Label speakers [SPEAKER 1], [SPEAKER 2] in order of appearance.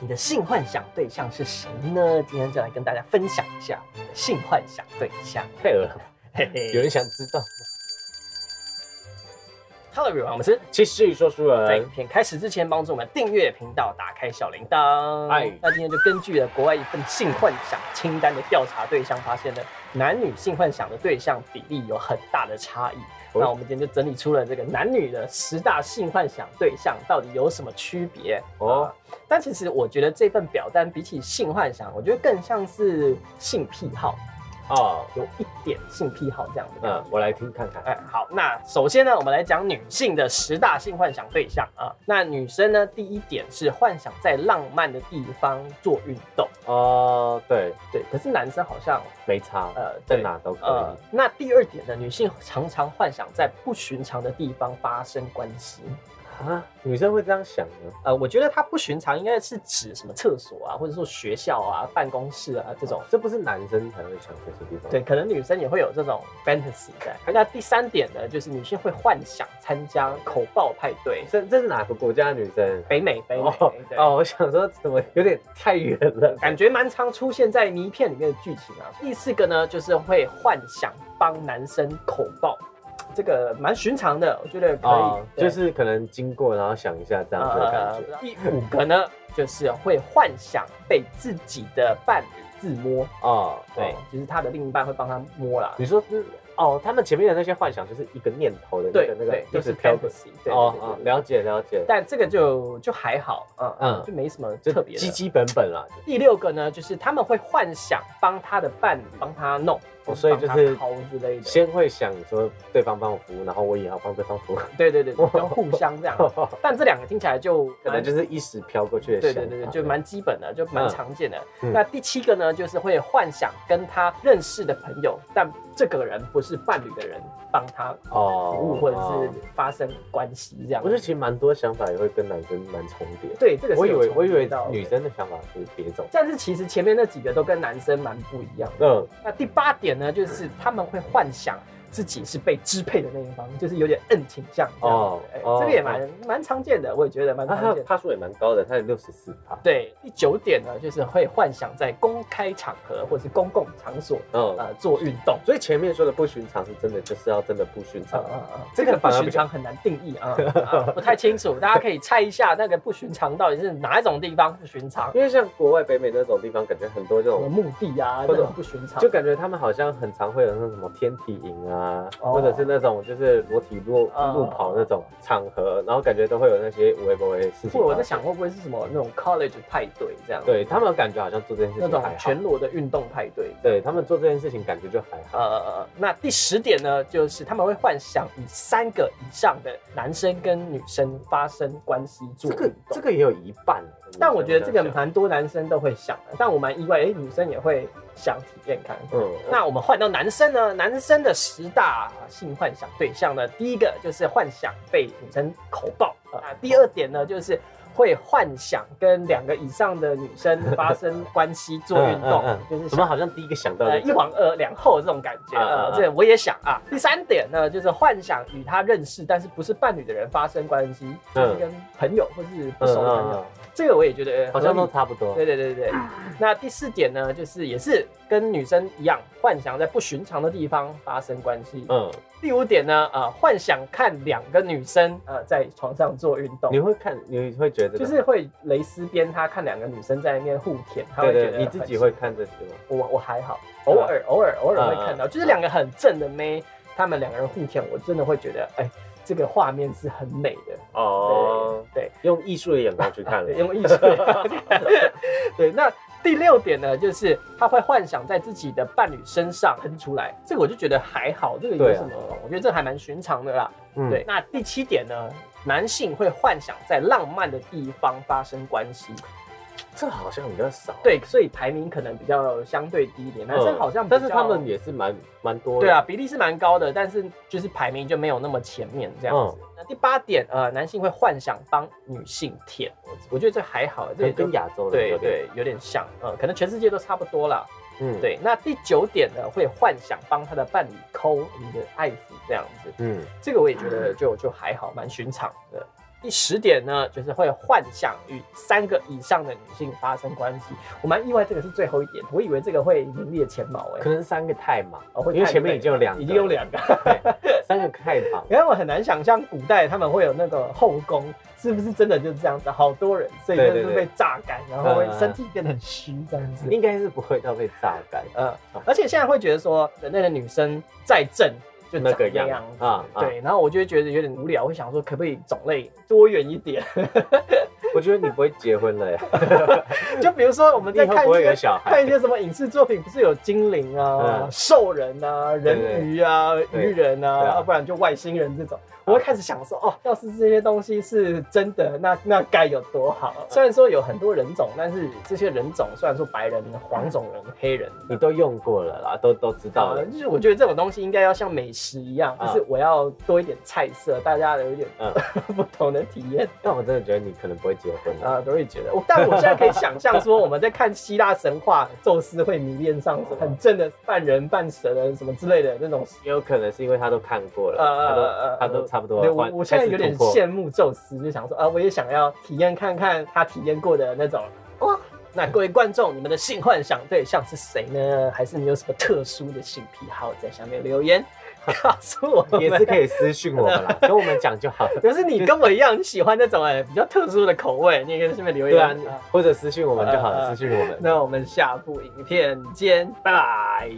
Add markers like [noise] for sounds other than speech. [SPEAKER 1] 你的性幻想对象是谁呢？今天就来跟大家分享一下我的性幻想对象。
[SPEAKER 2] 太恶了，
[SPEAKER 1] 嘿嘿
[SPEAKER 2] 有人想知道吗？
[SPEAKER 1] Hello everyone，我们是
[SPEAKER 2] 其实说书
[SPEAKER 1] 在影
[SPEAKER 2] 人，
[SPEAKER 1] 片开始之前，帮助我们订阅频道，打开小铃铛。
[SPEAKER 2] 哎
[SPEAKER 1] 那今天就根据了国外一份性幻想清单的调查对象，发现了男女性幻想的对象比例有很大的差异。
[SPEAKER 2] 哦
[SPEAKER 1] 那我们今天就整理出了这个男女的十大性幻想对象到底有什么区别哦、
[SPEAKER 2] 哦
[SPEAKER 1] 呃但其实我觉得这份表单比起性幻想，我觉得更像是性癖好，
[SPEAKER 2] 哦，
[SPEAKER 1] 有一点性癖好这样的感觉
[SPEAKER 2] 嗯，我来听看看。
[SPEAKER 1] 哎，好，那首先呢，我们来讲女性的十大性幻想对象啊。那女生呢，第一点是幻想在浪漫的地方做运动，
[SPEAKER 2] 哦，对，
[SPEAKER 1] 对。可是男生好像
[SPEAKER 2] 没差，
[SPEAKER 1] 呃，
[SPEAKER 2] 在
[SPEAKER 1] 对
[SPEAKER 2] 哪嗯都可
[SPEAKER 1] 呃
[SPEAKER 2] 以。，
[SPEAKER 1] 那第二点呢，女性常常幻想在不寻常的地方发生关系。嗯
[SPEAKER 2] 啊，女生会这样想呢？
[SPEAKER 1] 呃，我觉得它不寻常应该是指什么厕所啊，或者说学校啊、办公室啊这
[SPEAKER 2] 这
[SPEAKER 1] 种
[SPEAKER 2] 种，。这不是男生才会想这些地方。
[SPEAKER 1] 对，，可能女生也会有这种 fantasy 在。那第三点呢，就是女性会幻想参加口爆派对，
[SPEAKER 2] 这这是哪个国家的女生？
[SPEAKER 1] 北美，北美，
[SPEAKER 2] 哦
[SPEAKER 1] 对
[SPEAKER 2] 哦，我想说怎么有点太远了。
[SPEAKER 1] 感觉蛮常出现在迷片里面的剧情啊。第四个呢，就是会幻想帮男生口爆，这个蛮寻常的，我觉得可以。
[SPEAKER 2] 哦，
[SPEAKER 1] 对
[SPEAKER 2] 就是可能经过，然后想一下这样子的感觉。
[SPEAKER 1] 呃第五个呢，就是会幻想被自己的伴侣自摸，
[SPEAKER 2] 哦，
[SPEAKER 1] 对，
[SPEAKER 2] 哦
[SPEAKER 1] 就是他的另一半会帮他摸啦。
[SPEAKER 2] 你说是哦，他们前面的那些幻想就是一个念头的那
[SPEAKER 1] 对
[SPEAKER 2] 个那个
[SPEAKER 1] 对，
[SPEAKER 2] 一
[SPEAKER 1] 就
[SPEAKER 2] 直
[SPEAKER 1] 是
[SPEAKER 2] 飘过。
[SPEAKER 1] fantasy，对
[SPEAKER 2] 哦
[SPEAKER 1] 对
[SPEAKER 2] 哦
[SPEAKER 1] 对，对。
[SPEAKER 2] 了解了解，
[SPEAKER 1] 但这个就就还好，嗯嗯
[SPEAKER 2] 嗯，
[SPEAKER 1] 就没什么
[SPEAKER 2] 就
[SPEAKER 1] 特别的。
[SPEAKER 2] 基基本本啦。
[SPEAKER 1] 第六个呢，就是他们会幻想帮他的伴侣帮他弄，
[SPEAKER 2] 哦所以
[SPEAKER 1] 帮他
[SPEAKER 2] 就是
[SPEAKER 1] 掏之类的。
[SPEAKER 2] 先会想说对方帮我服务，然后我也要帮对方服务， [laughs]
[SPEAKER 1] 对对对，对就互相这样。但这两个听起来就
[SPEAKER 2] 可能就是一时飘过去的
[SPEAKER 1] 对
[SPEAKER 2] 想
[SPEAKER 1] 对对
[SPEAKER 2] 法。
[SPEAKER 1] 对，就蛮基本的，就蛮常见的。
[SPEAKER 2] 嗯
[SPEAKER 1] 那第七个呢，就是会幻想跟他认识的朋友，但这个人不是伴侣的人，帮他
[SPEAKER 2] 哦
[SPEAKER 1] 服务或者是
[SPEAKER 2] 哦
[SPEAKER 1] 发生关系这样
[SPEAKER 2] 我。觉得其实蛮多想法也会跟男生蛮重叠。
[SPEAKER 1] 对，这个是
[SPEAKER 2] 我以为
[SPEAKER 1] 有
[SPEAKER 2] 我以为
[SPEAKER 1] 重叠到的
[SPEAKER 2] 女，生的想法是别种，
[SPEAKER 1] 但是其实前面那几个都跟男生蛮不一样的。
[SPEAKER 2] 嗯，
[SPEAKER 1] 那第八点呢，就是他们会幻想。自己是被支配的那一方，就是有点摁倾向这样
[SPEAKER 2] 哦
[SPEAKER 1] 子。哎
[SPEAKER 2] 哦
[SPEAKER 1] 这个也蛮蛮常见的，我也觉得蛮
[SPEAKER 2] 那
[SPEAKER 1] 常
[SPEAKER 2] 他
[SPEAKER 1] 见的。
[SPEAKER 2] [laughs] 帕数也蛮高的，他有六十四趴，
[SPEAKER 1] 对，第九点呢，就是会幻想在公开场合或是公共场所
[SPEAKER 2] 嗯，
[SPEAKER 1] 呃做运动。
[SPEAKER 2] 所以前面说的不寻常是真的，就是要真的不寻
[SPEAKER 1] 呃
[SPEAKER 2] 常，
[SPEAKER 1] 呃呃，这
[SPEAKER 2] 这
[SPEAKER 1] 个
[SPEAKER 2] 个
[SPEAKER 1] 不
[SPEAKER 2] 反而
[SPEAKER 1] 寻
[SPEAKER 2] 比
[SPEAKER 1] 常很难定义
[SPEAKER 2] [laughs]
[SPEAKER 1] 啊、啊不太清楚，大家可以猜一下那个不寻常到底是哪一种地方不寻常，
[SPEAKER 2] 因为像国外北美那种地方，感觉很多这
[SPEAKER 1] 什么
[SPEAKER 2] 种，
[SPEAKER 1] 目的啊，
[SPEAKER 2] 或
[SPEAKER 1] 那
[SPEAKER 2] 者
[SPEAKER 1] 种不寻常，
[SPEAKER 2] 就感觉他们好像很常会有那种什么天体营啊，
[SPEAKER 1] 哦
[SPEAKER 2] 或者是那种就是裸体路
[SPEAKER 1] 哦
[SPEAKER 2] 路跑那种场合，然后感觉都会有那些微博的事情。
[SPEAKER 1] 或者我在想，会不会是什么那种 college 派对这样，，
[SPEAKER 2] 对他们感觉好像做这件事
[SPEAKER 1] 那
[SPEAKER 2] 情
[SPEAKER 1] 种
[SPEAKER 2] 还好
[SPEAKER 1] 全，裸的运动派对。
[SPEAKER 2] 对他们做这件事情感觉就还好。
[SPEAKER 1] 呃，那第十点呢，就是他们会幻想与三个以上的男生跟女生发生关系做
[SPEAKER 2] 这
[SPEAKER 1] 运动
[SPEAKER 2] 个。这个也有一半，
[SPEAKER 1] 但我觉得这个
[SPEAKER 2] 想想
[SPEAKER 1] 蛮多男生都会想的，但我蛮意外，哎、女生也会想体验看看。
[SPEAKER 2] 嗯，
[SPEAKER 1] 那我们换到男生呢？男生的十大性幻想对象呢，第一个就是幻想被女生口爆啊、那第二点呢就是会幻想跟两个以上的女生发生关系做运动，
[SPEAKER 2] 嗯嗯
[SPEAKER 1] 就是
[SPEAKER 2] 怎么
[SPEAKER 1] 想。
[SPEAKER 2] 好像第一个想到
[SPEAKER 1] 呃，
[SPEAKER 2] 的
[SPEAKER 1] 一往二两后这种感觉，
[SPEAKER 2] 嗯嗯
[SPEAKER 1] 呃，
[SPEAKER 2] 嗯
[SPEAKER 1] 这我也想啊。第三点呢，就是幻想与他认识但是不是伴侣的人发生关系，就是
[SPEAKER 2] 嗯
[SPEAKER 1] 跟朋友或是不
[SPEAKER 2] 嗯
[SPEAKER 1] 熟的
[SPEAKER 2] 嗯
[SPEAKER 1] 朋友
[SPEAKER 2] 嗯，
[SPEAKER 1] 这个我也觉得呃
[SPEAKER 2] 好像
[SPEAKER 1] 合
[SPEAKER 2] 都
[SPEAKER 1] 理
[SPEAKER 2] 差不多。
[SPEAKER 1] 对对对对，对那第四点呢，就是也是跟女生一样，幻想在不寻常的地方发生关系。
[SPEAKER 2] 嗯，
[SPEAKER 1] 第五点呢，呃，幻想看两个女生呃在床上做运动
[SPEAKER 2] 你，会看，你会觉得
[SPEAKER 1] 就是会蕾丝边，她看两个女生在那边互舔，她会
[SPEAKER 2] 对
[SPEAKER 1] 觉得
[SPEAKER 2] 对，你自己会看这些吗？
[SPEAKER 1] 很，我我还好，偶尔偶尔偶尔会看到，
[SPEAKER 2] 嗯嗯嗯
[SPEAKER 1] 就是两个很正的妹，她们两个人互舔，我真的会觉得，哎，这个画面是很美的。
[SPEAKER 2] 哦，
[SPEAKER 1] 对，
[SPEAKER 2] 用艺术的眼光去看
[SPEAKER 1] 对，
[SPEAKER 2] 了。
[SPEAKER 1] 用艺术。 [laughs] 对，那第六点呢，就是他会幻想在自己的伴侣身上喷出来，这个我就觉得还好，这个有
[SPEAKER 2] 对啊
[SPEAKER 1] 什么？我觉得这还蛮寻常的啦。
[SPEAKER 2] 嗯
[SPEAKER 1] 对，，那第七点呢，男性会幻想在浪漫的地方发生关系，
[SPEAKER 2] 这好像比较少。
[SPEAKER 1] 对，所以排名可能比较相对低一点，
[SPEAKER 2] 嗯，
[SPEAKER 1] 男生好像比较
[SPEAKER 2] 但是他们。也是蛮蛮多的。
[SPEAKER 1] 对啊，，比例是蛮高的，但是就是排名就没有那么前面这样子。
[SPEAKER 2] 嗯
[SPEAKER 1] 那第八点，呃，男性会幻想帮女性舔，我我觉得这还好，这也
[SPEAKER 2] 可能
[SPEAKER 1] 就
[SPEAKER 2] 哎跟亚洲人
[SPEAKER 1] 对
[SPEAKER 2] 有点。
[SPEAKER 1] 对，有点像，呃，可能全世界都差不多啦。
[SPEAKER 2] 嗯，，
[SPEAKER 1] 对，那第九点呢，会幻想帮他的伴侣抠你的爱抚这样子，
[SPEAKER 2] 嗯，
[SPEAKER 1] 这个我也觉得就就还好，蛮寻常的。第十点呢，就是会幻想与三个以上的女性发生关系。我蛮意外，这个是最后一点，我以为这个会名列前茅哎、
[SPEAKER 2] 可能三个太 [laughs] 忙，
[SPEAKER 1] 哦会
[SPEAKER 2] 因为
[SPEAKER 1] 太
[SPEAKER 2] 前面
[SPEAKER 1] 累
[SPEAKER 2] 已经有两个，
[SPEAKER 1] 已经有两个。
[SPEAKER 2] 对，三个太 [laughs] 忙。
[SPEAKER 1] 因为我很难想象古代他们会有那个后宫，是不是真的就是这样子？好多人，所以
[SPEAKER 2] 对
[SPEAKER 1] 就
[SPEAKER 2] 对
[SPEAKER 1] 是被榨干，然后
[SPEAKER 2] 嗯
[SPEAKER 1] 会
[SPEAKER 2] 嗯
[SPEAKER 1] 身体变得很虚这样子。
[SPEAKER 2] 应该是不会到被榨干
[SPEAKER 1] 嗯，而且现在会觉得说，人类的女生再正就
[SPEAKER 2] 那
[SPEAKER 1] 长
[SPEAKER 2] 个
[SPEAKER 1] 那
[SPEAKER 2] 样
[SPEAKER 1] 样子，
[SPEAKER 2] 啊啊！
[SPEAKER 1] 对，然后我就会觉得有点无聊，会想说可不可以种类多元一点？
[SPEAKER 2] 我觉得你不会结婚了耶，
[SPEAKER 1] [laughs]
[SPEAKER 2] [laughs]
[SPEAKER 1] 就比如说我们
[SPEAKER 2] 你以
[SPEAKER 1] 在
[SPEAKER 2] 后
[SPEAKER 1] 看
[SPEAKER 2] 不
[SPEAKER 1] 一
[SPEAKER 2] 会有
[SPEAKER 1] 些
[SPEAKER 2] 小
[SPEAKER 1] 看
[SPEAKER 2] 孩
[SPEAKER 1] 一。些什么影视作品，不是有精灵啊、
[SPEAKER 2] 嗯
[SPEAKER 1] 兽人啊、人鱼啊、
[SPEAKER 2] 对
[SPEAKER 1] 鱼人啊，
[SPEAKER 2] 对啊
[SPEAKER 1] 要不然就外星人这种。我会开始想说，哦，要是这些东西是真的，那那该有多好！啊虽然说有很多人种，但是这些人种虽然说白人、黄种人、黑人，
[SPEAKER 2] 你都用过了啦，都都知道
[SPEAKER 1] 啊
[SPEAKER 2] 了，。
[SPEAKER 1] 就是我觉得这种东西应该要像美食一样，就是我要多一点菜色，大家有一点
[SPEAKER 2] 嗯
[SPEAKER 1] [laughs] 不同的体验
[SPEAKER 2] 但我真的觉得你可能不会结婚了。
[SPEAKER 1] 啊，都会觉得。我但我现在可以想象说，我们在看希腊神话，宙斯会迷恋上什么很正的半人半蛇的什么之类的那种。
[SPEAKER 2] 也有可能是因为他都看过了，
[SPEAKER 1] 呃
[SPEAKER 2] 他都、
[SPEAKER 1] 呃
[SPEAKER 2] 他都差不多
[SPEAKER 1] 对
[SPEAKER 2] 了。
[SPEAKER 1] 我
[SPEAKER 2] 换
[SPEAKER 1] 我现在
[SPEAKER 2] 开始
[SPEAKER 1] 有点
[SPEAKER 2] 突破
[SPEAKER 1] 羡慕宙斯，就想说啊，我也想要体验看看他体验过的那种哇。那各位观众，你们的性幻想对象是谁呢？还是你有什么特殊的性癖好，在下面留
[SPEAKER 2] [laughs]
[SPEAKER 1] 言告诉我们。
[SPEAKER 2] 也是可以私讯我们啦，跟我们讲就好了。
[SPEAKER 1] 可是你跟我一样，你喜欢那种哎、比较特殊的口味，你也可以下面留
[SPEAKER 2] [laughs] 对
[SPEAKER 1] 言。
[SPEAKER 2] 啊，你嗯或者私讯我们就好
[SPEAKER 1] 呃
[SPEAKER 2] 了，
[SPEAKER 1] 呃
[SPEAKER 2] 私讯我们。
[SPEAKER 1] 那我们下部影片见，拜拜。